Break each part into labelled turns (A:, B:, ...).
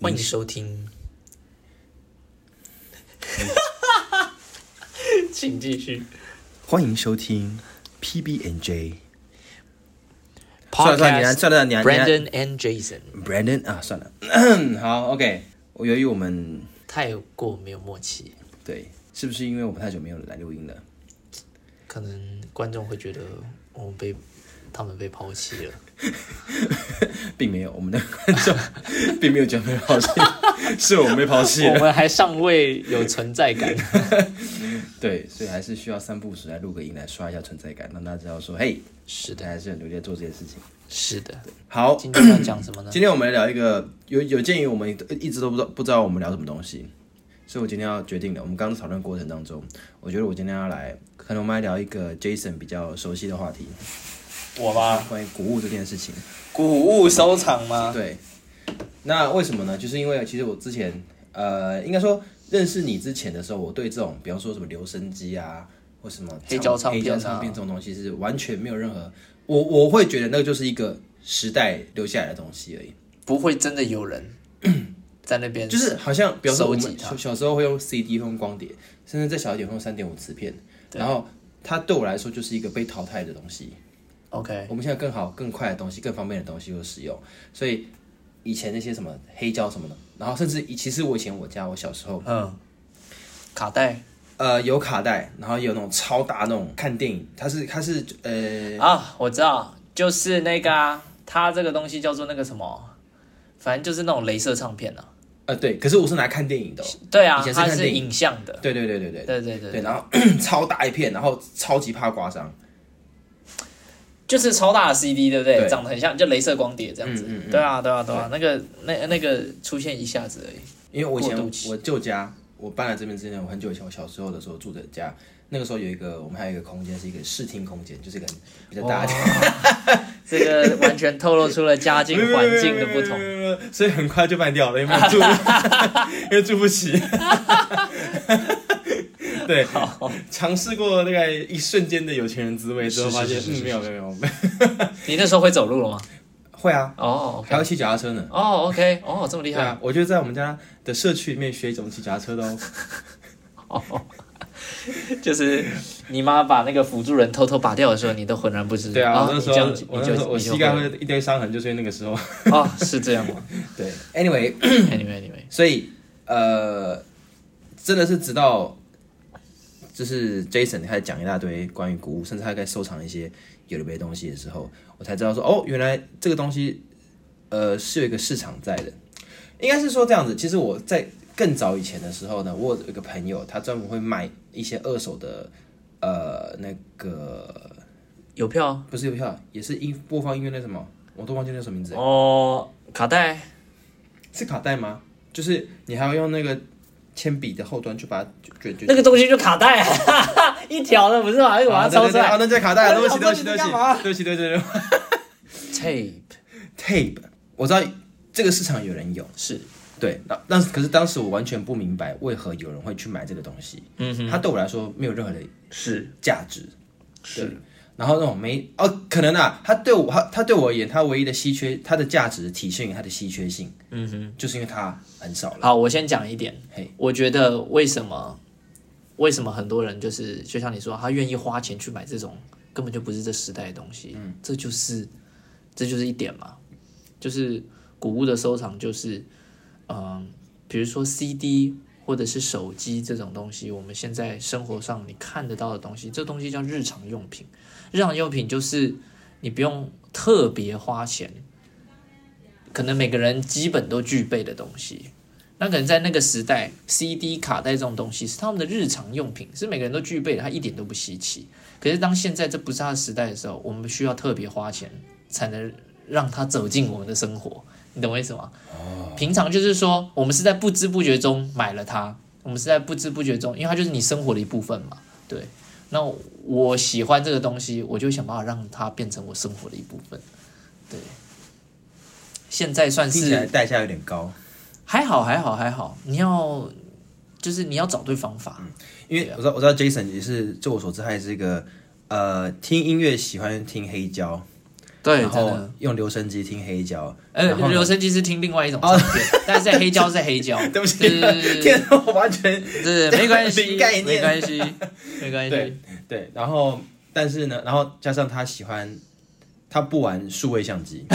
A: 欢迎收听。 请继续。
B: 欢迎收听 PB and J。算了算了，你
A: Podcast
B: 来，算了，你来，你来
A: Brandon and Jason
B: Brandon 啊，算了， 好，OK。我由于我们
A: 太过没有默契，
B: 对，是不是因为我们太久没有来录音了？
A: 可能观众会觉得我们被他们被抛弃了。
B: 并没有，我们的观众并没有觉得被抛弃，是我们被抛弃
A: 我
B: 了。
A: 们还尚未有存在感。
B: 对，所以还是需要三不五时来录个音，来刷一下存在感，让大家知道说，嘿，
A: 是
B: 大
A: 的，
B: 家还是很努力在做这件事情。
A: 是的。
B: 好，
A: 今天要讲什么呢？
B: 今天我们来聊一个有有鉴于我们一直都不知道不知道我们聊什么东西，所以我今天要决定了。我们刚刚讨论过程当中，我觉得我今天要来，可能我们来聊一个 Jason 比较熟悉的话题，
A: 我吧，
B: 关于谷物这件事情。
A: 谷物收藏吗？
B: 对，那为什么呢？就是因为其实我之前呃，应该说认识你之前的时候，我对这种比方说什么留声机啊，或什么
A: 黑胶唱
B: 黑
A: 片啊
B: 胶唱片这种东西是完全没有任何，我我会觉得那个就是一个时代留下来的东西而已。
A: 不会真的有人在那边
B: 就是好像，比方说我
A: 收集
B: 们
A: 它
B: 小小时候会用 CD，会用光碟，甚至再小一点会用三点五磁片。然后它对我来说就是一个被淘汰的东西。
A: OK
B: 我们现在更好、更快的东西、更方便的东西有使用，所以以前那些什么黑胶什么的，然后甚至以其实我以前我家我小时候，
A: 嗯，卡带
B: 呃，有卡带，然后有那种超大那种看电影，它是它是呃
A: 啊，我知道，就是那个啊，它这个东西叫做那个什么，反正就是那种镭射唱片啊。
B: 呃对，可是我是拿来看电影的哦、
A: 对啊
B: 以，前是
A: 它
B: 看
A: 是
B: 电影
A: 影像的。
B: 对对对对对
A: 对对对，
B: 对，然后 超大一片，然后超级怕刮伤。
A: 就是超大的 CD，对不对？
B: 对
A: 长得很像，就镭射光碟这样子。
B: 嗯嗯嗯
A: 对啊，对啊，对啊，那个那那个出现一下子而已。
B: 因为我以前
A: 过渡期
B: 我舅家，我搬来这边之前，我很久以前我小时候的时候住的家，那个时候有一个我们还有一个空间是一个视听空间，就是一个很比较大的
A: 这个完全透露出了家境环境的 不同。
B: 同，所以很快就卖掉了，因为住因为住不起。对，尝试过大概一瞬间的有钱人滋味之后，
A: 是
B: 发
A: 是
B: 现
A: 是是
B: 嗯没有没有没有，没有
A: 你那时候会走路了吗？
B: 会啊，
A: 哦
B: 还要骑脚踏车呢。
A: 哦，OK，哦，这么厉
B: 对
A: 害。
B: 啊，我就在我们家的社区里面学怎么骑脚踏车的哦。
A: 哦 就是你妈把那个辅助人偷偷拔掉的时候，你都浑然不知。
B: 对啊，
A: 哦
B: 我那
A: 你
B: 时
A: 这样
B: 候
A: 你就
B: 我那时候我
A: 你就
B: 膝盖
A: 会
B: 会一堆伤痕，就是因为那个时候。
A: 哦，是这样 吗
B: 对，anyway，
A: ？Anyway Anyway，
B: 所以呃，真的是直到就是 Jason 开始讲一大堆关于古物，甚至他在收藏一些有的没的东西的时候，我才知道说哦，原来这个东西呃是有一个市场在的。应该是说这样子，其实我在更早以前的时候呢，我有一个朋友，他专门会卖一些二手的呃那个
A: 有票
B: 不是邮票，也是音播放音乐那什么，我都忘记那什么名字了。
A: 哦，卡带
B: 是卡带吗？就是你还要用那个铅笔的后端去把它卷卷。
A: 那个东西就卡带，一条的不是吗？那哎个把它
B: 啊对
A: 抽
B: 对
A: 出
B: 对啊，
A: 来
B: 那叫卡带，
A: 我
B: 对
A: 就
B: 不起，
A: 想说
B: 对不起，
A: 你在
B: 对不起
A: 干嘛，
B: 对不起，对不起对不起。
A: ，tape
B: Tape，我知道这个市场有人有，
A: 是，
B: 对，那但是可是当时我完全不明白为何有人会去买这个东西，
A: 嗯哼，
B: 它对我来说没有任何的
A: 是
B: 价值。
A: 是，
B: 然后那种没哦，可能啊，它对我它它对我而言，它唯一的稀缺，它的价值体现于它的稀缺性，
A: 嗯哼。
B: 就是因为它很少了。
A: 好，我先讲一点
B: 嘿，
A: 我觉得为什么为什么很多人就是就像你说，他愿意花钱去买这种根本就不是这时代的东西，嗯，这就是这就是一点嘛，就是古物的收藏，就是嗯、比如说 CD 或者是手机这种东西，我们现在生活上你看得到的东西，这东西叫日常用品，日常用品就是你不用特别花钱。可能每个人基本都具备的东西，那可能在那个时代，CD 卡带这种东西是他们的日常用品，是每个人都具备的，它一点都不稀奇。可是当现在这不是它的时代的时候，我们需要特别花钱才能让它走进我们的生活，你懂我意思吗？
B: 哦
A: 平常就是说，我们是在不知不觉中买了它，我们是在不知不觉中，因为它就是你生活的一部分嘛，对。那我喜欢这个东西，我就想办法让它变成我生活的一部分，对。现在算
B: 听
A: 是
B: 起来代价有点高，
A: 还好，还好，还好。你要就是你要找对方法，
B: 因
A: 啊
B: 为我知道，我知道 Jason 也是，就我所知，他也是一个呃，听音乐喜欢听黑胶，
A: 对，
B: 然
A: 真
B: 后
A: 的。
B: 用留声机听黑胶，
A: 呃
B: 然后，呢哦
A: 留声机是听另外一种唱 片，但是在黑胶是黑胶。
B: 对不起，
A: 对 对对对
B: 天啊，我完全
A: 对，没关系，
B: 零概念
A: 没关系，没关
B: 对
A: 系。
B: 对，然后但是呢，然后加上他喜欢，他不玩数位相机，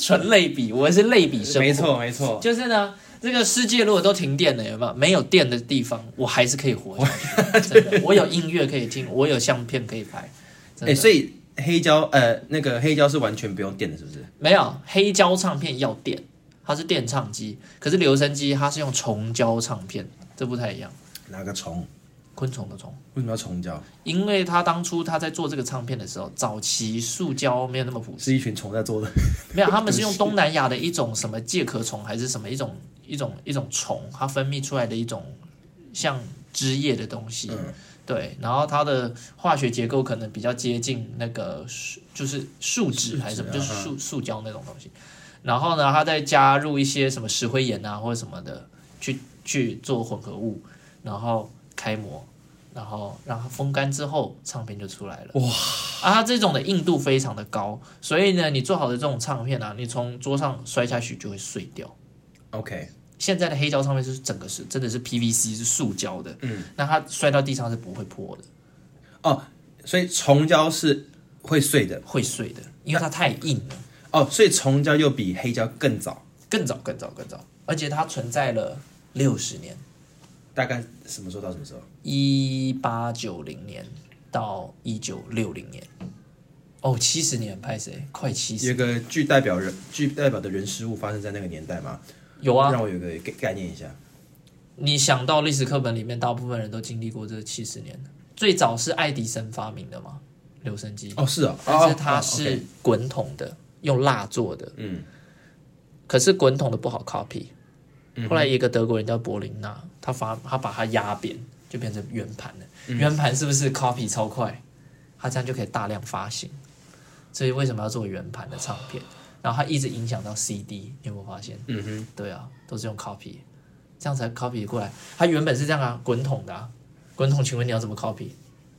A: 纯类比，我是类比生活。
B: 没，错没错，
A: 就是呢，这个世界如果都停电了，有没有？没有电的地方，我还是可以活 下去。真的，我有音乐可以听，我有相片可以拍。真
B: 哎、
A: 的，
B: 所以黑胶呃那个黑胶是完全不用电的，是不是？
A: 没有黑胶唱片要电，它是电唱机，可是留声机它是用虫胶唱片，这不太一样，
B: 哪个虫？
A: 昆虫的虫。
B: 为什么要虫胶？
A: 因为他当初他在做这个唱片的时候，早期塑胶没有那么普及，
B: 是一群虫在做的，
A: 没有，他们是用东南亚的一种什么介壳虫还是什么一种一种一种虫，它分泌出来的一种像汁液的东西，
B: 嗯
A: 对，然后它的化学结构可能比较接近那个树，就是树脂还是什么，
B: 树
A: 就
B: 脂啊
A: 是塑塑胶那种东西，然后呢，它再加入一些什么石灰岩啊或者什么的去去做混合物，然后开模。然后让它风干之后，唱片就出来了。哇！啊，它这种的硬度非常的高，所以呢，你做好的这种唱片啊，你从桌上摔下去就会碎掉。
B: OK，
A: 现在的黑胶唱片是整个是真的是 PVC 是塑胶的，
B: 嗯，
A: 那它摔到地上是不会破的，
B: 哦所以虫胶是会碎的
A: 会碎的，因为它太硬了。
B: 哦，所以虫胶又比黑胶更早，
A: 更早更早更早，而且它存在了六十年，
B: 大概什么时候到什么时候？
A: 一八九零年到一九六零年，哦，七十年拍谁？快七
B: 有
A: 十
B: 一个具代表人、具代表的人事物发生在那个年代吗？
A: 有啊，
B: 让我有个概概念一下。
A: 你想到历史课本里面，大部分人都经历过这七十年。最早是爱迪生发明的嘛，留声机，
B: 哦，是哦，
A: 但是
B: 哦
A: 它
B: 哦
A: 是
B: OK
A: 滚筒的，用蜡做的。
B: 嗯，
A: 可是滚筒的不好 copy。后
B: 嗯
A: 来一个德国人叫柏林纳，他发他把它压扁，就变成圆盘了。
B: 嗯
A: 圆盘是不是 copy 超快？他这样就可以大量发行。所以为什么要做圆盘的唱片？然后它一直影响到 CD，你有没有发现？
B: 嗯哼，
A: 对啊，都是用 copy，这样才 copy 过来。它原本是这样啊，滚筒的、啊，滚筒，请问你要怎么 copy？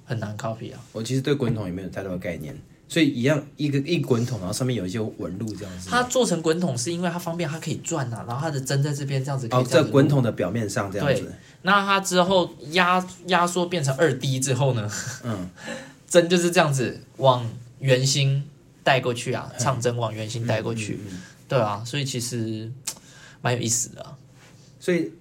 A: 很难 copy 啊。
B: 我其实对滚筒也没有太多的概念，所以一样一个一滚筒，然后上面有一些纹路这样子。哦
A: 它做成滚筒是因为它方便，它可以转啊，然后它的针在这边这样子可以
B: 哦，
A: 这样
B: 在
A: 子
B: 滚筒的表面上这样
A: 对
B: 子，，
A: 那它之后压压缩变成二 D 之后呢，
B: 嗯，
A: 针就是这样子往圆心带过去
B: 嗯
A: 啊，唱针往圆心带过去，对啊，所以其实蛮有意思的啊、
B: 所以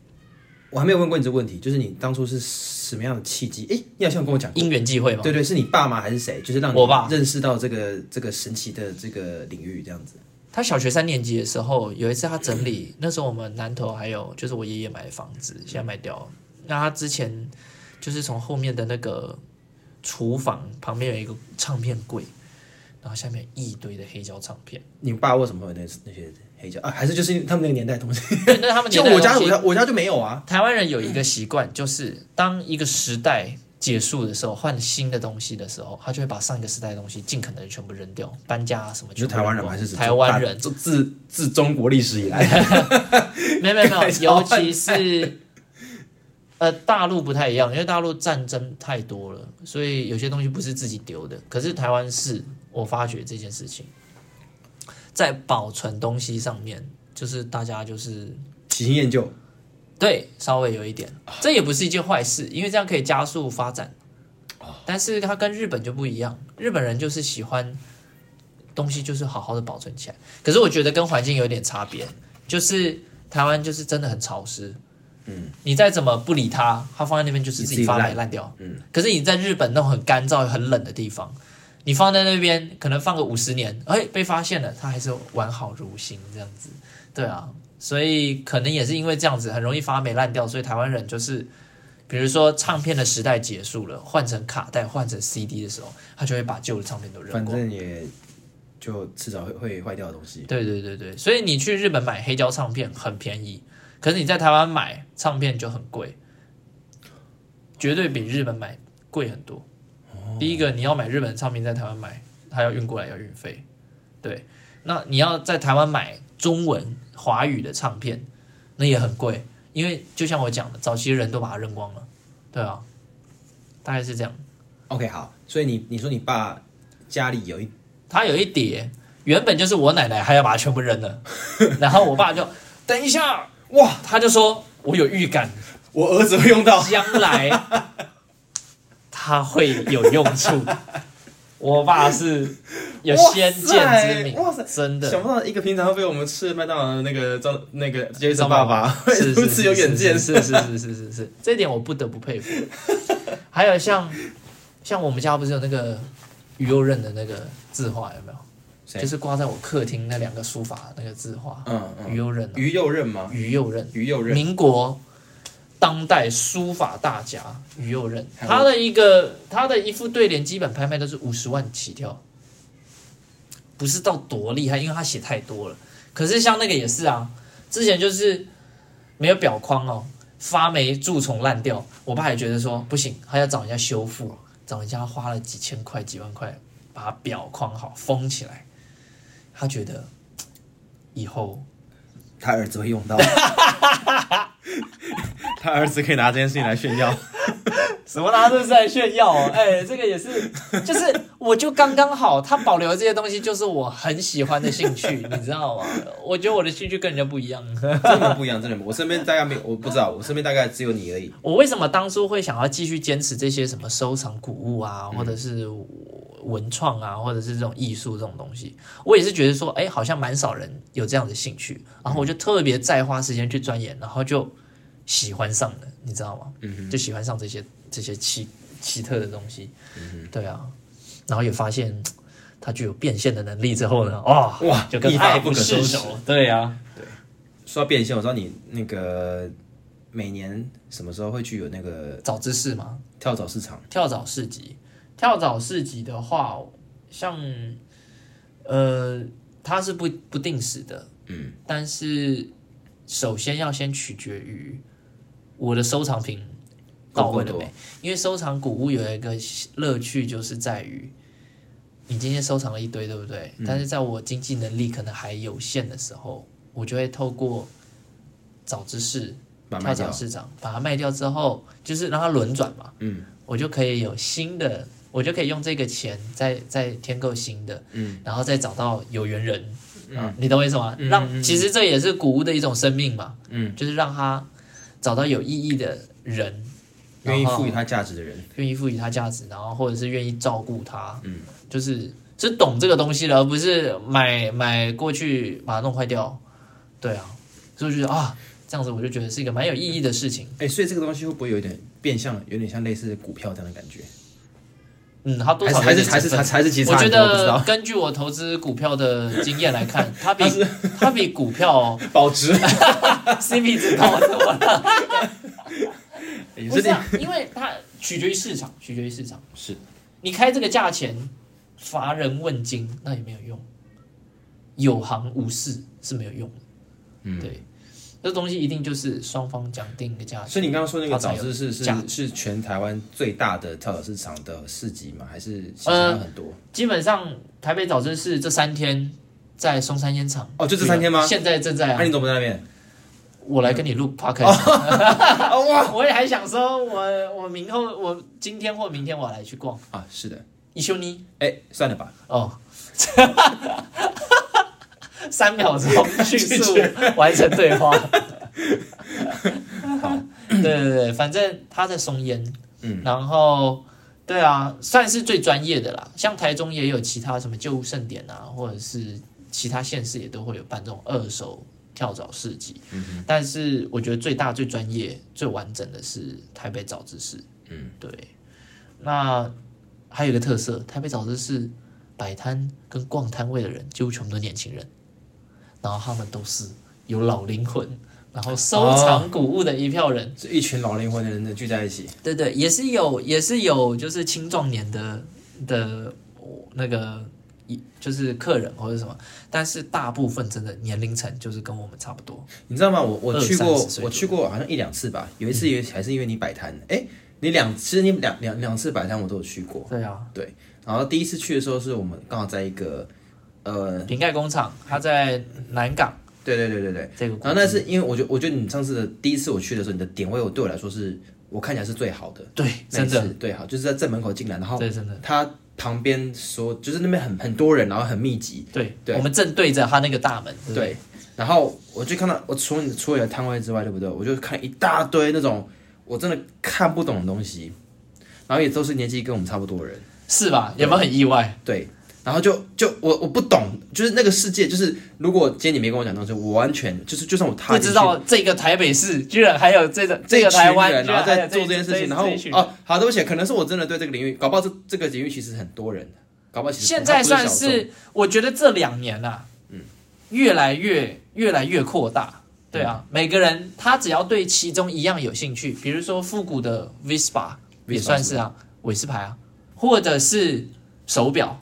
B: 我还没有问过你这个问题，就是你当初是什么样的契机？诶，你好像有跟我讲过，
A: 因缘际会嘛。
B: 对啊对，是你爸妈还是谁？就是让你
A: 我爸
B: 认识到这个这个神奇的这个领域这样子。
A: 他小学三年级的时候，有一次他整理，那时候我们南头还有就是我爷爷买的房子，现在卖掉了。那他之前就是从后面的那个厨房旁边有一个唱片柜，然后下面一堆的黑胶唱片。
B: 你爸为什么会有那那些黑胶啊？还是就是因为他们那个年代的东西？
A: 对，那他们
B: 就
A: 年代的
B: 我家
A: 东西
B: 我家我家就没有啊。
A: 台湾人有一个习惯，就是当一个时代结束的时候，换新的东西的时候，他就会把上一个时代的东西尽可能全部扔掉，搬家啊什么。
B: 你是台湾人吗还是指
A: 台湾人？
B: 自自自中国历史以来，
A: 没有没有没有
B: 改，朝
A: 尤
B: 换
A: 其是呃大陆不太一样，因为大陆战争太多了，所以有些东西不是自己丢的。可是台湾是，我发觉这件事情，在保存东西上面，就是大家就是
B: 喜新厌 旧。
A: 对，稍微有一点，这也不是一件坏事，因为这样可以加速发展。但是它跟日本就不一样，日本人就是喜欢东西就是好好的保存起来。可是我觉得跟环境有点差别，就是台湾就是真的很潮湿，嗯，你再怎么不理它，它放在那边就是自己发霉烂掉，嗯。可是你在日本那种很干燥、很冷的地方，你放在那边可能放个五十年，哎，被发现了，它还是完好如新这样子，对啊。所以可能也是因为这样子，很容易发霉烂掉，所以台湾人就是，比如说唱片的时代结束了，换成卡带、换成 CD 的时候，他就会把旧的唱片都扔
B: 反
A: 光。
B: 正也就迟早会会坏掉的东西。
A: 对对对对，所以你去日本买黑胶唱片很便宜，可是你在台湾买唱片就很贵，绝对比日本买贵很多。第一个，你要买日本唱片在台湾买，它要运过来要运费，对。那你要在台湾买中文华语的唱片，那也很贵，因为就像我讲的，早期人都把它扔光了，对啊，大概是这样。
B: OK，好，所以你你说你爸家里有一
A: 他有一叠，原本就是我奶奶还要把它全部扔了，然后我爸就等一下，
B: 哇，
A: 他就说我有预感，
B: 我儿子会用到，
A: 将 来它会有用处。我爸是有先见之明
B: 哇塞哇塞，
A: 真的。
B: 想不到一个平常被我们吃麦当劳的那个张那个 Jason
A: 张
B: 爸爸会
A: 是
B: 如此有远见，
A: 是是是是是是是，这一点我不得不佩 服。还有像像我们家不是有那个于右任的那个字画有没有？
B: 谁
A: 就是挂在我客厅那两个书法那个字画，
B: 嗯
A: 于
B: 嗯，
A: 右任啊，
B: 于右任吗？
A: 于右任，啊
B: 于右任，
A: 民国当代书法大家于右任，
B: 还有
A: 他的一个他的一副对联基本拍卖都是五十万起跳，不是到多厉害，因为他写太多了。可是像那个也是啊，之前就是没有表框哦，发霉蛀虫烂掉，我爸也觉得说不行，他要找人家修复，找人家花了几千块几万块把它裱框好封起来，他觉得以后。
B: 他儿子会 用到，他儿子可以拿这件事情来炫耀，
A: 什么拿这是在炫耀、哦？哎、这个也是，就是我就刚刚好，他保留这些东西就是我很喜欢的兴趣，你知道吗？我觉得我的兴趣跟人家不一样。
B: 真的不一样，真的不一样。我身边大概没有，我不知道，我身边大概只有你而已。
A: 我为什么当初会想要继续坚持这些什么收藏古物啊，
B: 嗯
A: 或者是文创啊，或者是这种艺术这种东西？我也是觉得说，哎、好像蛮少人有这样的兴趣，然
B: 嗯
A: 后我就特别再花时间去钻研，然后就喜欢上了，你知道吗？
B: 嗯
A: 就喜欢上这些这些奇奇特的东西。
B: 嗯
A: 对啊，然后也发现它具有变现的能力之后呢，哇、
B: 哇
A: 就更
B: 一发
A: 爱
B: 不
A: 不
B: 可收
A: 释
B: 拾
A: 手。对啊，
B: 说到变现，我知道你那个每年什么时候会去有那个
A: 找知识嘛，
B: 跳蚤市场？
A: 跳蚤市集，跳蚤市集的话，像呃，它是不不定时的，嗯，但是首先要先取决于我的收藏品到位了
B: 够不
A: 没
B: 够，
A: 因为收藏古物有一个乐趣就是在于。你今天收藏了一堆，对不对？
B: 嗯
A: 但是在我经济能力可能还有限的时候，我就会透过找知识、
B: 把
A: 跳
B: 它卖掉
A: 蚤市场把它卖掉之后，就是让它轮转嘛。
B: 嗯，
A: 我就可以有新的，我就可以用这个钱再再添购新的，
B: 嗯，
A: 然后再找到有缘人，
B: 嗯
A: 啊，你懂我意思吗？
B: 嗯
A: 让、
B: 嗯嗯
A: 其实这也是古物的一种生命嘛，
B: 嗯，
A: 就是让他找到有意义的人，然
B: 愿意
A: 后
B: 赋予它价值的人，
A: 愿意赋予它价值，然后或者是愿意照顾它，嗯，就是是懂这个东西的，而不是买买过去把它弄坏掉，对啊，所以我就觉得啊，这样子我就觉得是一个蛮有意义的事情，
B: 哎、所以这个东西会不会有一点变相，有点像类似股票这样的感觉？
A: 嗯，它多
B: 还是
A: 少
B: 还
A: 有
B: 是
A: 点
B: 还是
A: 成分
B: 还是其实
A: 我
B: 差
A: 觉
B: 很多，不知
A: 得
B: 道
A: 根据我投资股票的经验来 看，它比它比股票
B: 保值。
A: CP 值高多 了。
B: 也
A: 不是、啊，因为它 取决于市场，取决于市场。
B: 哎是
A: 你开这个价钱，乏人问津，那也没有用。有行无市是没有用的。
B: 嗯
A: 对，这东西一定就是双方讲定一个价钱。
B: 所以你刚刚说那个早市是
A: 它才有价
B: 是是全台湾最大的跳蚤市场的市集吗？还是其实
A: 呃
B: 还有很多？
A: 基本上台北早知市这三天在松山烟厂
B: 哦就这三天吗
A: 现在正在
B: 那、
A: 啊
B: 你，怎么在那边？
A: 我来跟你录 podcast。
B: 哦哇
A: 我也还想说我，我明后我今天或明天我来去逛
B: 啊，是的，
A: 一休尼
B: 哎、算了吧，
A: 哦， 三秒钟迅速完成对话。对对对，反正他在松烟，
B: 嗯，
A: 然后对啊，算是最专业的啦。像台中也有其他什么旧物盛典啊，或者是其他县市也都会有办这种二手跳蚤市集，嗯、但是我觉得最大、最专业、最完整的是台北早知市。
B: 嗯，
A: 对。那还有一个特色，台北早知市摆摊跟逛摊位的人几乎全部都年轻人，然后他们都是有老灵魂，然后
B: 哦
A: 收藏古物的一票人。
B: 这一群老灵魂的人聚在一起，
A: 对对，也是有，也是有，就是青壮年的的那个一就是客人或者什么，但是大部分真的年龄层就是跟我们差不多。
B: 你知道吗？我我去
A: 二
B: 过
A: 三十，岁
B: 我去过好像一两次吧，有一次也还是因为你摆摊，哎、你两其实你两两两次摆摊我都有去过，
A: 对啊，
B: 对，然后第一次去的时候是我们刚好在一个呃，
A: 瓶盖工厂它在南港
B: 对对对对对。
A: 这个古
B: 然后那是因为我觉得，我觉得你上次的第一次我去的时候，你的点位我对我来说是我看起来是最好的，
A: 对，
B: 那
A: 真
B: 一
A: 的，
B: 次最好，就是在正门口进来，然后
A: 对，真的，
B: 他旁边说，就是那边很很多人，然后很密集，
A: 对，
B: 对
A: 我们正对着他那个大门，不
B: 对，然后我就看到，我除了你除了你的摊位之外，对不对？我就看一大堆那种我真的看不懂的东西，然后也都是年纪跟我们差不多的人，
A: 是吧？有没有很意外？
B: 对，然后就就我我不懂，就是那个世界，就是如果今天你没跟我讲东西，我完全就是就算我踏
A: 不
B: 进
A: 知
B: 去
A: 道这个台北市居然还有这个
B: 这
A: 这个
B: 群
A: 台湾
B: 人，
A: 居
B: 然后
A: 还
B: 在
A: 有
B: 做这件事情，然后
A: 这一群
B: 哦，好，对不起，可能是我真的对这个领域，搞不好这这个领域其实很多人，搞不好其实
A: 现
B: 它
A: 在
B: 不
A: 算
B: 小众嗯
A: 是，我觉得这两年啊，越来越越来越扩大。对
B: 嗯
A: 啊，每个人他只要对其中一样有兴趣，比如说复古的 Vespa 也
B: Vespa
A: 算是啊，韦斯牌啊，或者是手表，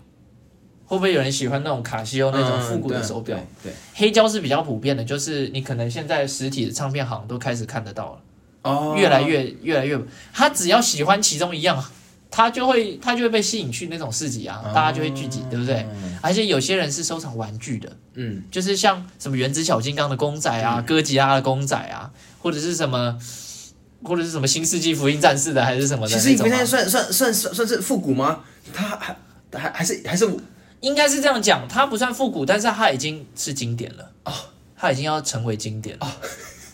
A: 会不会有人喜欢那种卡西欧那种
B: 嗯
A: 复古的手表？，
B: 对对
A: 黑胶是比较普遍的，就是你可能现在实体的唱片行都开始看得到了。
B: 哦，
A: 越来越越来越，他只要喜欢其中一样，他就会他就会被吸引去那种市集啊，
B: 哦
A: 大家就会聚集，对不对？而且有些人是收藏玩具的，
B: 嗯，
A: 就是像什么原子小金刚的公仔啊，哥吉拉的公仔啊，或者是什么，或者是什么新世纪福音战士的，还是什么的
B: 其实
A: 那
B: 你不
A: 种、啊。
B: 现在算算算算算是复古吗？它还还还是还是
A: 应该是这样讲，它不算复古，但是它已经是经典了哦，它已经要成为经典了。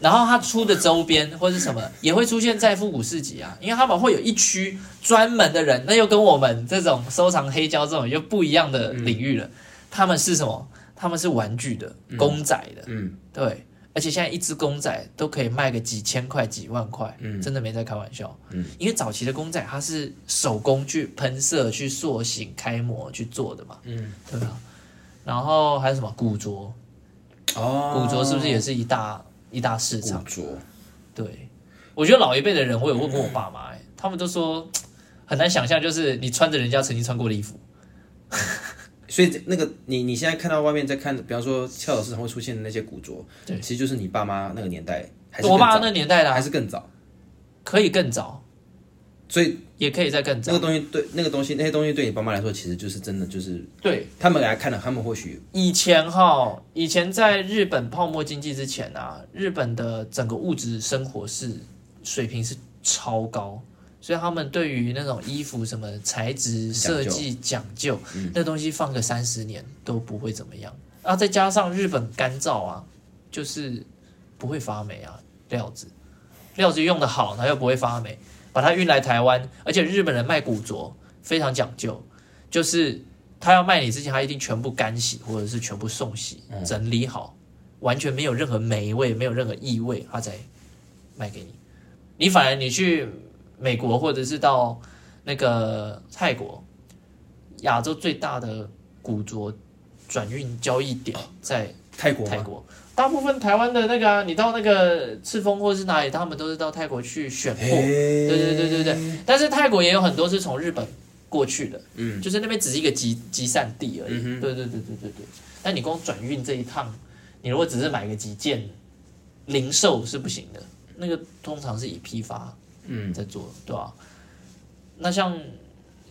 A: 然后它出的周边或是什么也会出现在复古市集啊，因为他们会有一区专门的人，那又跟我们这种收藏黑胶这种又不一样的领域了。他们是什么？他们是玩具的、公仔的，
B: 嗯
A: 对。而且现在一只公仔都可以卖个几千块、几万块，
B: 嗯
A: 真的没在开玩笑。
B: 嗯
A: 因为早期的公仔它是手工去喷射、去塑形、开模去做的嘛，
B: 嗯
A: 对啊，然后还有什么古着？
B: 哦
A: 古着是不是也是一大、一大市
B: 古
A: 场？
B: 着？
A: 对，我觉得老一辈的人，我有问过我爸妈、欸，他们都说很难想象，就是你穿着人家曾经穿过的衣服。
B: 所以这那个你你现在看到外面在看，比方说跳蚤市场会出现的那些古着，
A: 对
B: 其实就是你爸妈那个年代，还是
A: 我爸
B: 更早
A: 那年代的、
B: 还
A: 啊，
B: 是更早，
A: 可以更早，
B: 所以
A: 也可以再更
B: 那
A: 早
B: 个。东西对那个东西那些东西对你爸妈来说，其实就是真的就是
A: 对，
B: 他们来看了，他们或许
A: 以前哈，以前在日本泡沫经济之前啊，日本的整个物质生活是水平是超高，所以他们对于那种衣服什么材质设计讲究，那东西放个三十年都不会怎么样。然后再加上日本干燥啊，就是不会发霉啊，料子料子用的好，它又不会发霉，把它运来台湾，而且日本人卖古着非常讲究，就是他要卖你之前，他一定全部干洗或者是全部送洗，整理好，完全没有任何霉味，没有任何异味，他才卖给你。你反而你去美国或者是到那个泰国，亚洲最大的古着转运交易点在
B: 泰国
A: 泰
B: 吗？
A: 国。大部分台湾的那个、啊，你到那个赤峰或是哪里，他们都是到泰国去选货。
B: 对
A: 对对对对对，但是泰国也有很多是从日本过去的，嗯，就是那边只是一个集集散地而已。
B: 嗯哼
A: 对对对对对对。但你光转运这一趟，你如果只是买个几件，零售是不行的，那个通常是以批发
B: 嗯
A: 在做，对吧、那像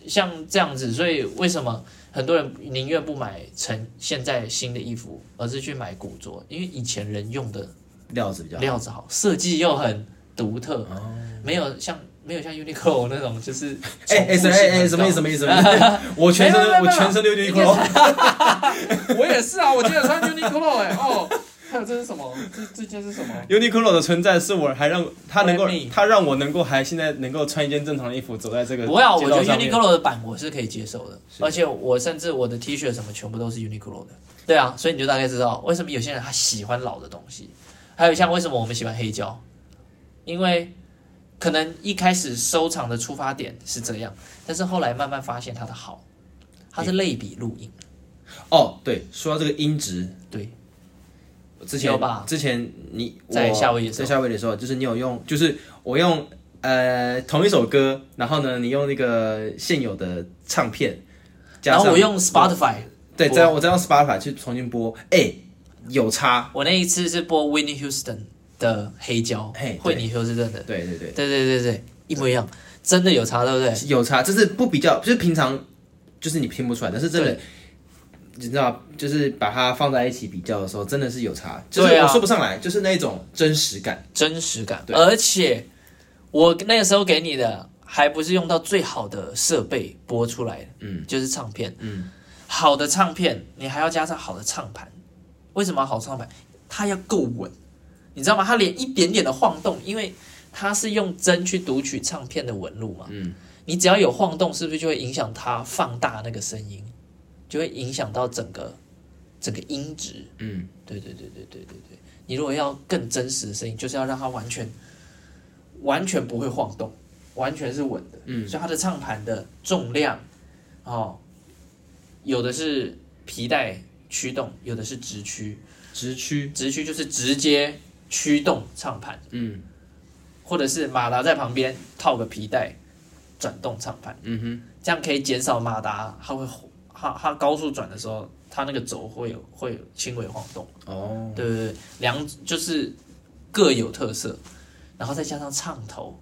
A: 像这样子，所以为什么很多人宁愿不买成现在新的衣服，而是去买古着？因为以前人用的
B: 料子比较好
A: 料子好，设计又很独特，
B: 哦
A: 没有像没有像 Uniqlo 那种就是
B: 哎哎什么哎哎什么意思什么意 思？什么意思我全身
A: 没有没有
B: 我
A: 没有
B: 全身都有点哦空。
A: 思？我也是啊，我今天穿 Uniqlo 哎、哦， 还有这是什么？这这件是什么？
B: Uniqlo 的存在是我还让他能够
A: Remy，
B: 他让我能够还现在能够穿一件正常的衣服走在这个
A: 不啊要，我
B: 街
A: 觉得
B: 道上面。
A: Uniqlo 的版我是可以接受的，而且我甚至我的 T 恤什么全部都是 Uniqlo 的。对啊，所以你就大概知道为什么有些人他喜欢老的东西，还有像为什么我们喜欢黑胶，因为可能一开始收藏的出发点是这样，但是后来慢慢发现它的好，它是类比录音，
B: 哦，对，说到这个音质，
A: 对，
B: 之前
A: 有吧
B: 之前你我
A: 在夏威夷的时
B: 在
A: 候
B: 夏威夷的时候，就是你有用，就是我用呃同一首歌，然后呢，你用那个现有的唱片，加
A: 然
B: 上
A: 后我用 Spotify，
B: 对，
A: 播
B: 再我再用 Spotify 去重新播，哎、有差，
A: 我那一次是播 Winnie Houston 的黑胶
B: 嘿对，
A: 惠尼休斯顿的，
B: 对对对，
A: 对对对对，一模一样，真的有差，对不对？
B: 有差，就是不比较，就是平常就是你听不出来，但是真的。你知道，就是把它放在一起比较的时候，真的是有差，就是
A: 对啊
B: 我说不上来，就是那种真实感。
A: 真实感，
B: 对
A: 而且我那个时候给你的还不是用到最好的设备播出来的，嗯，就是唱片，嗯，好的唱片你还要加上好的唱盘，为什么要好唱盘？它要够稳，你知道吗？它连一点点的晃动，因为它是用针去读取唱片的纹路嘛，嗯，你只要有晃动，是不是就会影响它放大那个声音，就会影响到整个整个音质，
B: 嗯，
A: 对对对对对对对，你如果要更真实的声音，就是要让它完全完全不会晃动，完全是稳的。嗯，所以它的唱盘的重量，哦，有的是皮带驱动，有的是直驱，
B: 直驱，
A: 直驱就是直接驱动唱盘，
B: 嗯
A: 或者是马达在旁边套个皮带转动唱盘，
B: 嗯哼，
A: 这样可以减少马达它会它它高速转的时候，它那个轴会有会有轻微晃动。
B: 哦，
A: 对对对，两就是各有特色，然后再加上唱头，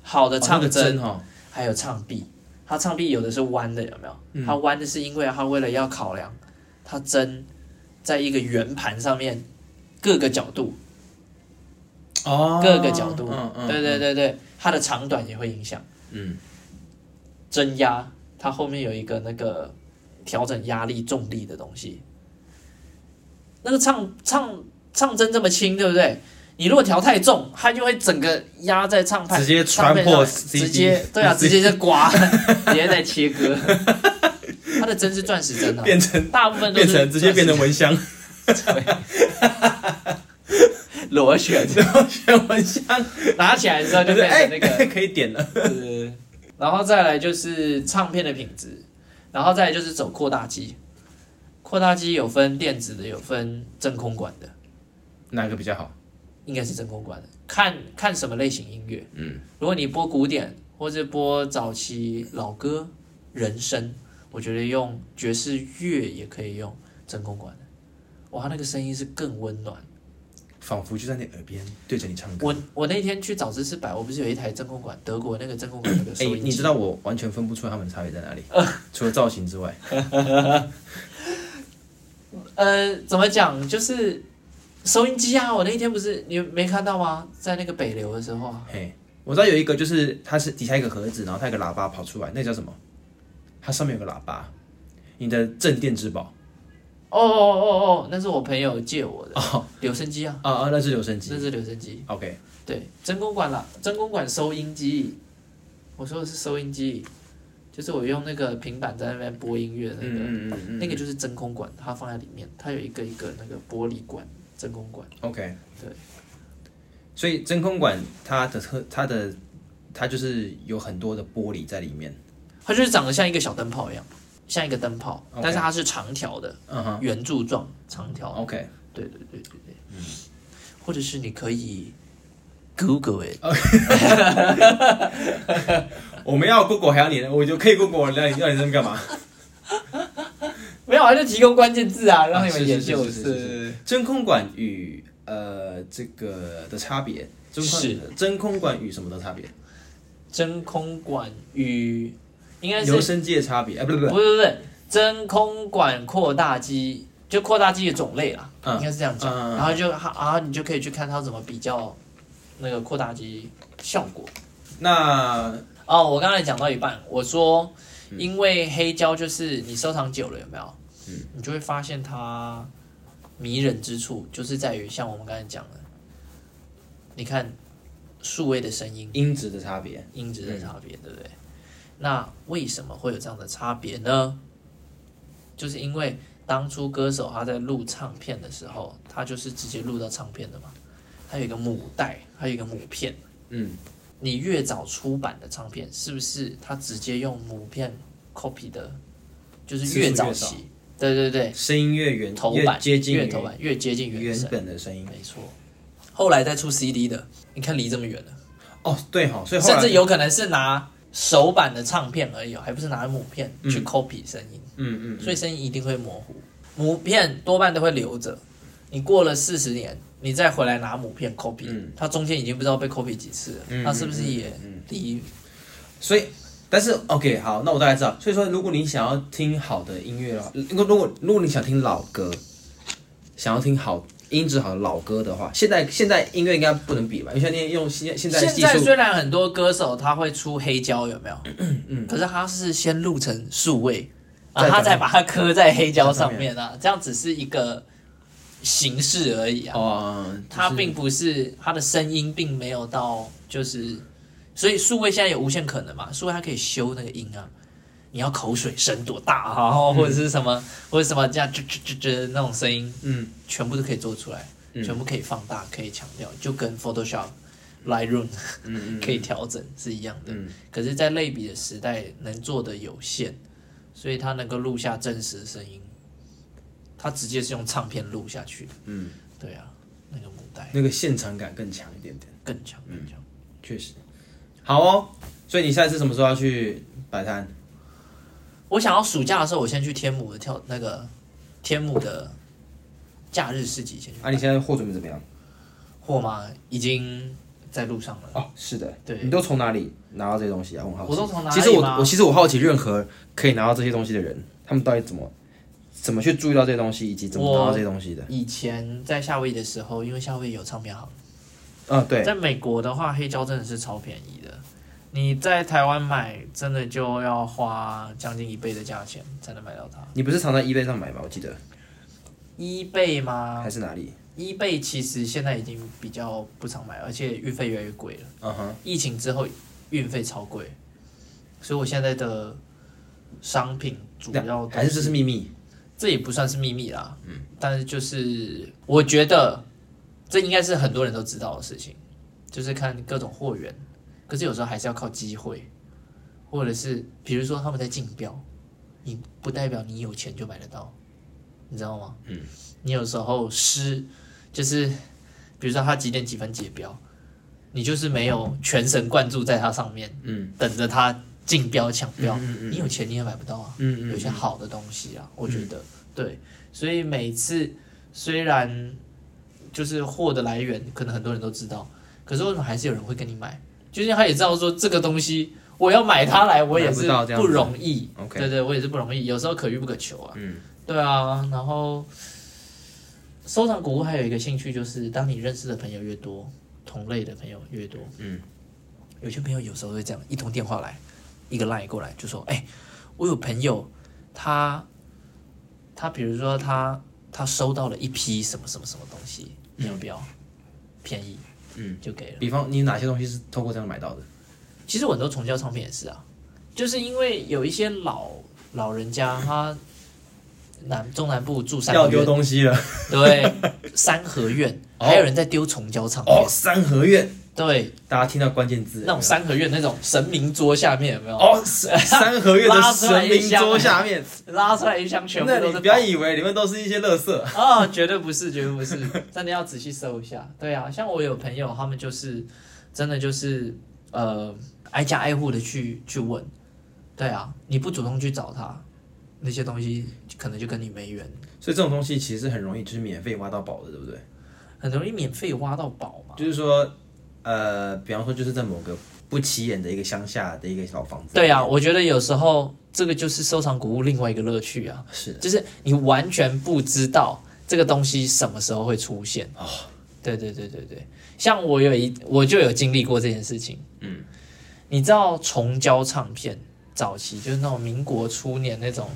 A: 好的
B: 哦那
A: 唱
B: 个
A: 针、
B: 针哈，
A: 还有唱臂，它唱臂有的是弯的，有没有？
B: 嗯
A: 它弯的是因为它为了要考量它针在一个圆盘上面各个角度，
B: 哦，
A: 各个角度，
B: 嗯嗯，
A: 对对对对，它的长短也会影响
B: 嗯，
A: 针压，它后面有一个那个调整压力重力的东西。那个唱唱唱针这么轻，对不对？你如果调太重，它就会整个压在唱盘，
B: 直接
A: 唱片
B: 穿破
A: 上
B: CD
A: 直接对 啊，直接就刮，直接在切割。它的针是钻石针啊，
B: 变成
A: 大部分都
B: 变
A: 是
B: 成直接变成蚊香，
A: 螺旋，
B: 变蚊香，
A: 拿起来的时候就
B: 就是
A: 变
B: 哎
A: 成那个。，
B: 可以点了，
A: 对，然后再来就是唱片的品质，然后再来就是走扩大机。扩大机有分电子的，有分真空管的，
B: 哪个比较好？
A: 应该是真空管的。看看什么类型音乐，嗯，如果你播古典或是播早期老歌、人声，我觉得用爵士乐也可以用真空管的。哇，它那个声音是更温暖。
B: 仿佛就在你耳边对着你唱歌。
A: 我我那天去早知识百，我不是有一台真空管，德国那个真空管那个收
B: 哎、
A: 音机，
B: 你知道我完全分不出他们差别在哪里，除了造型之外。
A: 呃，怎么讲？就是收音机啊，我那一天不是你没看到吗？在那个北流的时候啊，
B: 嘿，我知道有一个就是它是底下一个盒子，然后它有个喇叭跑出来，那叫什么？它上面有个喇叭，你的镇店之宝。
A: 哦哦哦哦，那是我朋友借我的
B: 哦
A: 留声机啊，
B: 啊啊，那是留声
A: 那
B: 机。
A: 是留声机。
B: OK，
A: 对，真空管啦，真空管收音机，我说的是收音机，就是我用那个平板在那边播音乐的那个，
B: 嗯嗯嗯嗯，
A: 那个就是真空管，它放在里面，它有一个一个那个玻璃管，真空管。
B: OK，
A: 对。
B: 所以真空管它的特它的它就是有很多的玻璃在里面。
A: 它就是长得像一个小灯泡一样，像一个灯泡
B: OK
A: 但是它是长条的，
B: 嗯哼
A: 圆柱状长条。
B: ，OK，
A: 对对对对对，嗯，或者是你可以 Google 欸 it，
B: 啊我们要 Google 还要你，我就可以 Google 了，你要你这么干嘛？
A: 没有啊，就提供关键字啊，让你们研究。
B: 是是是是是
A: 是
B: 真空管与呃这个的差别，真空
A: 是
B: 真空管与什么的差别？
A: 真空管与应该是
B: 留声机的差别？哎、不是不
A: 不
B: 是
A: 是不是真空管扩大机，就扩大机的种类啦，
B: 嗯
A: 应该是这样讲。
B: 嗯嗯嗯
A: 然后就它啊，你就可以去看它怎么比较那个扩大机效果。
B: 那
A: 哦，我刚才讲到一半，我说因为黑胶就是你收藏久了，有没有？嗯，你就会发现它迷人之处就是在于像我们刚才讲的，你看数位的声音
B: 音质的差别，
A: 音质的差别，对不对？那为什么会有这样的差别呢？就是因为当初歌手他在录唱片的时候，他就是直接录到唱片的嘛，他有一个母带，还有一个母片。
B: 嗯，
A: 你越早出版的唱片，是不是它直接用母片 copy 的，就是越早
B: 次数
A: 期？对对对，
B: 声音越原
A: 头
B: 越
A: 版
B: 接近
A: 越
B: 于
A: 头版越接近原
B: 原
A: 声，
B: 本的声音。
A: 没错。后来再出 CD 的，你看离这么远了，
B: 哦，对哈、所以后
A: 甚
B: 来
A: 至有可能是拿手版的唱片而已哦，还不是拿母片去 copy 声音，
B: 嗯嗯嗯
A: 所以声音一定会模糊。母片多半都会留着，你过了四十年，你再回来拿母片 copy，、
B: 嗯
A: 它中间已经不知道被 copy 几次了，
B: 嗯
A: 那是不是也
B: 嗯
A: 离
B: 所以但是 OK 好，那我大概知道。所以说，如果你想要听好的音乐的话，如果如果如果你想听老歌，想要听好音质好的老歌的话，现在现在音乐应该不能比吧？因为现在用现现在的
A: 现
B: 技
A: 在
B: 术，
A: 虽然很多歌手他会出黑胶，有没有？嗯，可是他是先录成数位，啊，
B: 再把它
A: 他再把它刻在黑胶
B: 上
A: 上
B: 面
A: 面啊，这样只是一个形式而已啊。
B: 哦，就是
A: 它并不是它的声音并没有到就是，所以数位现在有无限可能嘛？数位它可以修那个音啊，你要口水声多大啊，或者是什么、或者什么这样吱吱吱吱那种声音，
B: 嗯，
A: 全部都可以做出来，全部可以放大，可以强调，就跟 Photoshop、Lightroom 可以调整是一样的。可是，在类比的时代，能做的有限，所以它能够录下真实的声音，它直接是用唱片录下去的。嗯，对啊，那个母带
B: 那个现场感更强一点点，
A: 更强更强。
B: 确实。好哦，所以你下次什么时候要去摆摊？
A: 我想要暑假的时候，我先去天母的跳那个天母的假日市集先去
B: 啊，你现在货准备怎么样？
A: 货吗？已经在路上了。
B: 哦，是的，
A: 对
B: 你都从哪里拿到这些东西啊？我很好奇。
A: 我都从哪里
B: 其实我
A: 吗
B: 我其实我好奇，任何可以拿到这些东西的人，他们到底怎么怎么去注意到这些东西，以及怎么拿到这些东西的？
A: 以前在夏威夷的时候，因为夏威夷有唱片行，
B: 啊，对，
A: 在美国的话，黑胶真的是超便宜的。你在台湾买，真的就要花将近一倍的价钱才能买到它。
B: 你不是常在 eBay 上买吗？我记得
A: 一倍吗
B: 还？是哪里？
A: 一倍其实现在已经比较不常买，而且运费越来越贵了。
B: 嗯哼，
A: 疫情之后运费超贵，所以我现在的商品主要都
B: 还是这是秘密？
A: 这也不算是秘密啦，嗯，但是就是我觉得这应该是很多人都知道的事情，就是看各种货源，可是有时候还是要靠机会，或者是比如说他们在竞标，你不代表你有钱就买得到，你知道吗？嗯，你有时候失就是比如说他几点几分解标，你就是没有全神贯注在他上面，
B: 嗯，
A: 等着他竞标抢标，
B: 嗯
A: 你有钱你也买不到啊，
B: 嗯
A: 有些好的东西啊，我觉得、对，所以每次虽然就是货的来源可能很多人都知道，可是为什么还是有人会跟你买？就是他也知道说这个东西我要买它来，我也
B: 买不
A: 是
B: 到这样子
A: 不容易，
B: OK
A: 对对，我也是不容易，有时候可遇不可求啊，
B: 嗯，
A: 对啊，然后收藏古物还有一个兴趣就是，当你认识的朋友越多，同类的朋友越多，
B: 嗯，
A: 有些朋友有时候会这样，一通电话来，一个 line 过来就说，哎、我有朋友他他比如说他他收到了一批什么什么什么东西，你要不要？便宜，
B: 嗯，
A: 就给了。
B: 比方你哪些东西是透过这样买到的？
A: 其实我很多重教唱片也是啊，就是因为有一些老老人家他南中南部住山
B: 要
A: 个月
B: 丢东西了
A: 对，三合院，
B: 哦
A: 还有人在丢重胶唱片，
B: 哦，三合院，
A: 对，
B: 大家听到关键字
A: 那种三合院那种神明桌下面有没有？
B: 哦，三三合院的
A: 拉出来
B: 神
A: 一
B: 明
A: 箱
B: 桌下面，
A: 拉出来一箱全部
B: 那
A: 都
B: 你
A: 是
B: 不要以为里面都是一些垃圾，
A: 宝啊，绝对不是，绝对不是， 真的要仔细搜一下。对啊，像我有朋友，他们就是真的就是呃挨家挨户的去去问，对啊，你不主动去找他，那些东西可能就跟你没缘，
B: 所以这种东西其实很容易就是免费挖到宝的，对不对？
A: 很容易免费挖到宝嘛。
B: 就是说，呃，比方说就是在某个不起眼的一个乡下的一个小房子，
A: 对啊，我觉得有时候这个就是收藏古物另外一个乐趣啊。
B: 是的，
A: 就是你完全不知道这个东西什么时候会出现。
B: 哦，
A: 对对对对对，像我有一我就有经历过这件事情。
B: 嗯，
A: 你知道重胶唱片早期就是那种民国初年那种，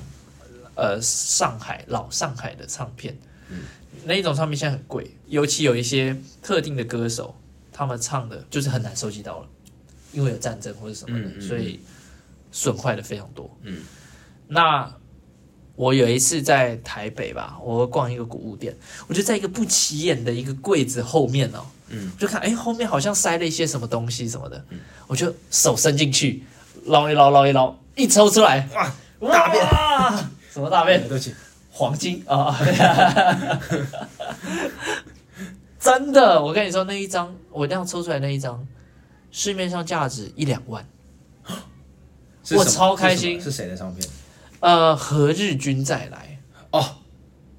A: 呃，上海老上海的唱片，
B: 嗯
A: 那一种唱片现在很贵，尤其有一些特定的歌手，他们唱的就是很难收集到了，因为有战争或者什么的，
B: 嗯嗯嗯
A: 所以损坏的非常多。
B: 嗯，
A: 那我有一次在台北吧，我逛一个古物店，我就在一个不起眼的一个柜子后面哦，
B: 嗯，
A: 我就看哎后面好像塞了一些什么东西什么的，我就手伸进去捞一捞捞一捞，一抽出来，
B: 哇，
A: 大便，什么大便
B: 哎对？不起，
A: 黄金啊！ 真的，我跟你说，那一张我那样抽出来那一张，市面上价值一两万。
B: 是什么
A: 我超开心
B: 是什么是谁的唱片？
A: 呃，何日君再来
B: 哦，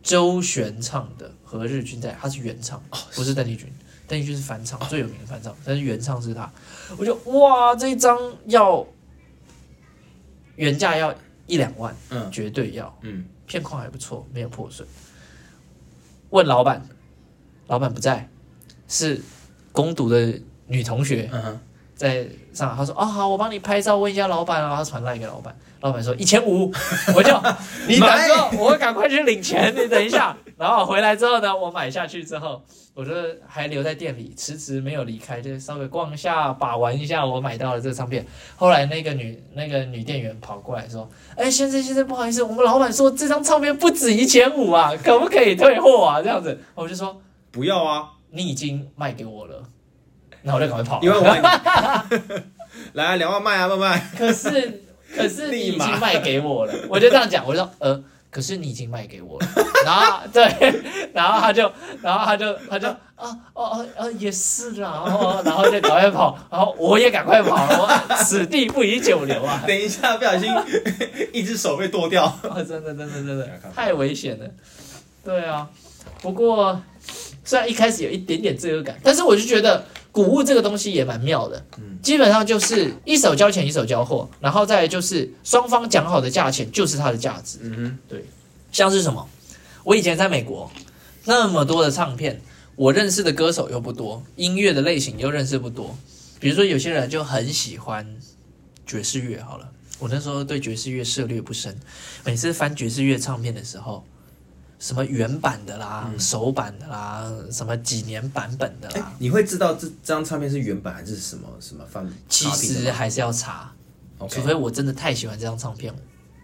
A: 周璇唱的《何日君再来》，他是原唱，不哦是邓丽君。邓丽君是翻唱，最有名的翻唱，但是原唱是他。我就哇，这一张要原价要一两万，
B: 嗯
A: 绝对要。
B: 嗯，
A: 片框还不错，没有破损。问老板，老板不在，是攻读的女同学
B: 嗯哼，
A: 在上海。他说：“哦，好，我帮你拍照，问一下老板啊。”他传赖给老板，老板说一千五，我就你等
B: 买
A: 着，我赶快去领钱，你等一下。然后回来之后呢，我买下去之后，我就还留在店里，迟迟没有离开，就稍微逛一下、把玩一下我买到了这个唱片。后来那个女那个女店员跑过来说：“哎，先生先生，不好意思，我们老板说这张唱片不止一千五啊，可不可以退货啊？”这样子，我就说
B: 不要啊，：“
A: 你已经卖给我了。”那我就赶快跑了。
B: 一万五万你， 来啊，两万卖啊，慢卖。
A: 可 是可是你已
B: 立
A: 经
B: 马
A: 卖给我了， 我就这样讲，我就说呃，可是你已经卖给我 了，然后对，然后他就然后他就他就啊哦哦哦也是啦，哦，然后就赶快跑，然后我也赶快跑，我此地不宜久留啊，
B: 等一下，不小心一只手被剁掉。
A: 哦，真的真的真的太危险了，对啊，不过虽然一开始有一点点罪恶感，但是我就觉得谷物这个东西也蛮妙的，
B: 嗯
A: 基本上就是一手交钱一手交货，然后再来就是双方讲好的价钱就是它的价值，
B: 嗯
A: 像是什么，我以前在美国那么多的唱片，我认识的歌手又不多，音乐的类型又认识不多，比如说有些人就很喜欢爵士乐，好了。我那时候对爵士乐涉猎不深，每次翻爵士乐唱片的时候，什么原版的啦、首版的啦、什么几年版本的啦，
B: 哼，哎你会知道这张唱片是原版还是什么什么翻？
A: 其实还是要查，除非我真的太喜欢这张唱片，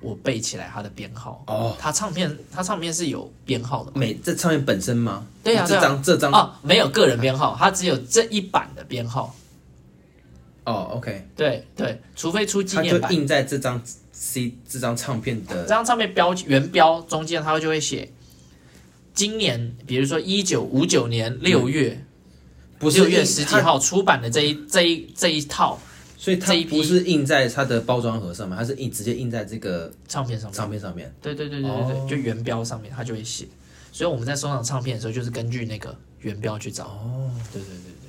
A: 我背起来它的编号。
B: 哦，
A: 它唱片，它唱片是有编号的吗？
B: 每这唱片本身吗？
A: 对啊
B: 这张这张
A: 哦，没有个人编号，它只有这一版的编号。
B: 哦，OK，
A: 对对，除非出纪
B: 它就
A: 念版，
B: 印在这张 C 这张唱片
A: 这
B: 的
A: 张唱片标原标中间它就会写今年，比如说一九五九年六月
B: 不是
A: 六月
B: 印
A: 十几
B: 它
A: 号出版的这一这一这一套
B: 所以它
A: 这一批
B: 不是印在它的包装盒上面，它是印直接印在这个
A: 唱片上面。
B: 唱片上面。
A: 对对对对对对，
B: 哦
A: 就原标上面它就会写，所以我们在收藏唱片的时候，就是根据那个原标去找。哦，对对对对，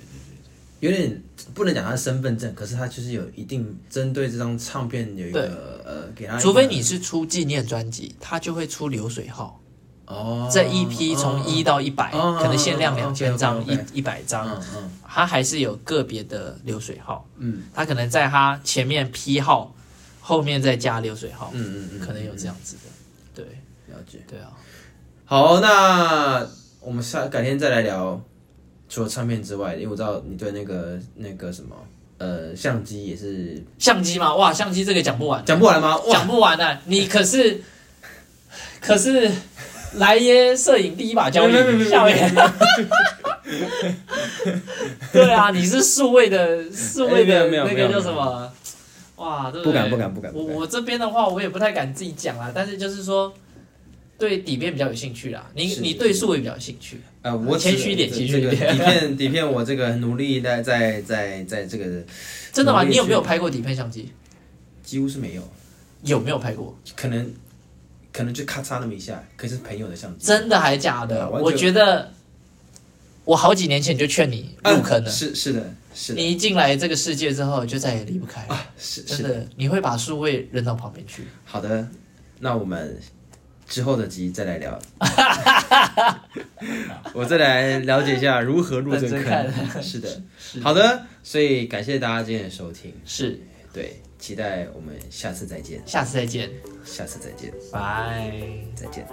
B: 有点不能讲它是身份证，可是它就是有一定针对这张唱片有一个呃给它一个，
A: 除非你是出纪念专辑，它就会出流水号，
B: 哦
A: 这一批从一到一百、
B: 哦
A: 可能限量
B: 哦
A: 两千
B: ，OK，OK，
A: 张、一
B: OK
A: 一百张，
B: 嗯嗯
A: 它还是有个别的流水号，
B: 嗯
A: 它可能在它前面批号，后面再加流水号，
B: 嗯嗯嗯，
A: 可能有这样子的。对
B: 了解。
A: 对啊，
B: 好，那我们下改天再来聊，除了唱片之外，因为我知道你对那个那个什么呃相机也是
A: 相机嘛，哇，相机这个讲不完。
B: 讲不完吗？哇，
A: 讲不完啊！你可是可是莱耶摄影第一把交
B: 没没没
A: 椅，
B: 没
A: 下面。 对啊，你是数位的数位
B: 哎
A: 的
B: 没有
A: 那
B: 没有
A: 个
B: 没有
A: 叫什么？啊哇，对
B: 不
A: 对
B: 敢不敢不敢
A: 我
B: 不敢
A: 我这边的话，我也不太敢自己讲啦，但是就是说。对底片比较有兴趣啦，你
B: 是
A: 你对数位比较有兴趣，
B: 呃，我
A: 谦虚一点
B: 这
A: 谦虚一点
B: 这个 底片底片，我这个很努力在在在在这个
A: 真的吗？
B: 我也
A: 你有没有
B: 是
A: 拍过底片相机？
B: 几乎是没有，
A: 有没有拍过？
B: 可能可能就咔嚓那么一下，可是朋友的相机
A: 真的还假
B: 对
A: 的？
B: 啊完全
A: 我觉得我好几年前就劝你入坑
B: 啊
A: 了，
B: 是是的，是的
A: 你一进来这个世界之后，就再也离不开了。
B: 啊，是
A: 真
B: 是的，
A: 的，你会把数位扔到旁边去。
B: 好的，那我们之后的集再来聊。 我再来了解一下如何入这个
A: 认真
B: 坑。 是的，
A: 是
B: 好的，所以感谢大家今天的收听，
A: 是，
B: 对，期待我们下次再见，
A: 下次再见，
B: 下次再见，
A: 拜。
B: 再见。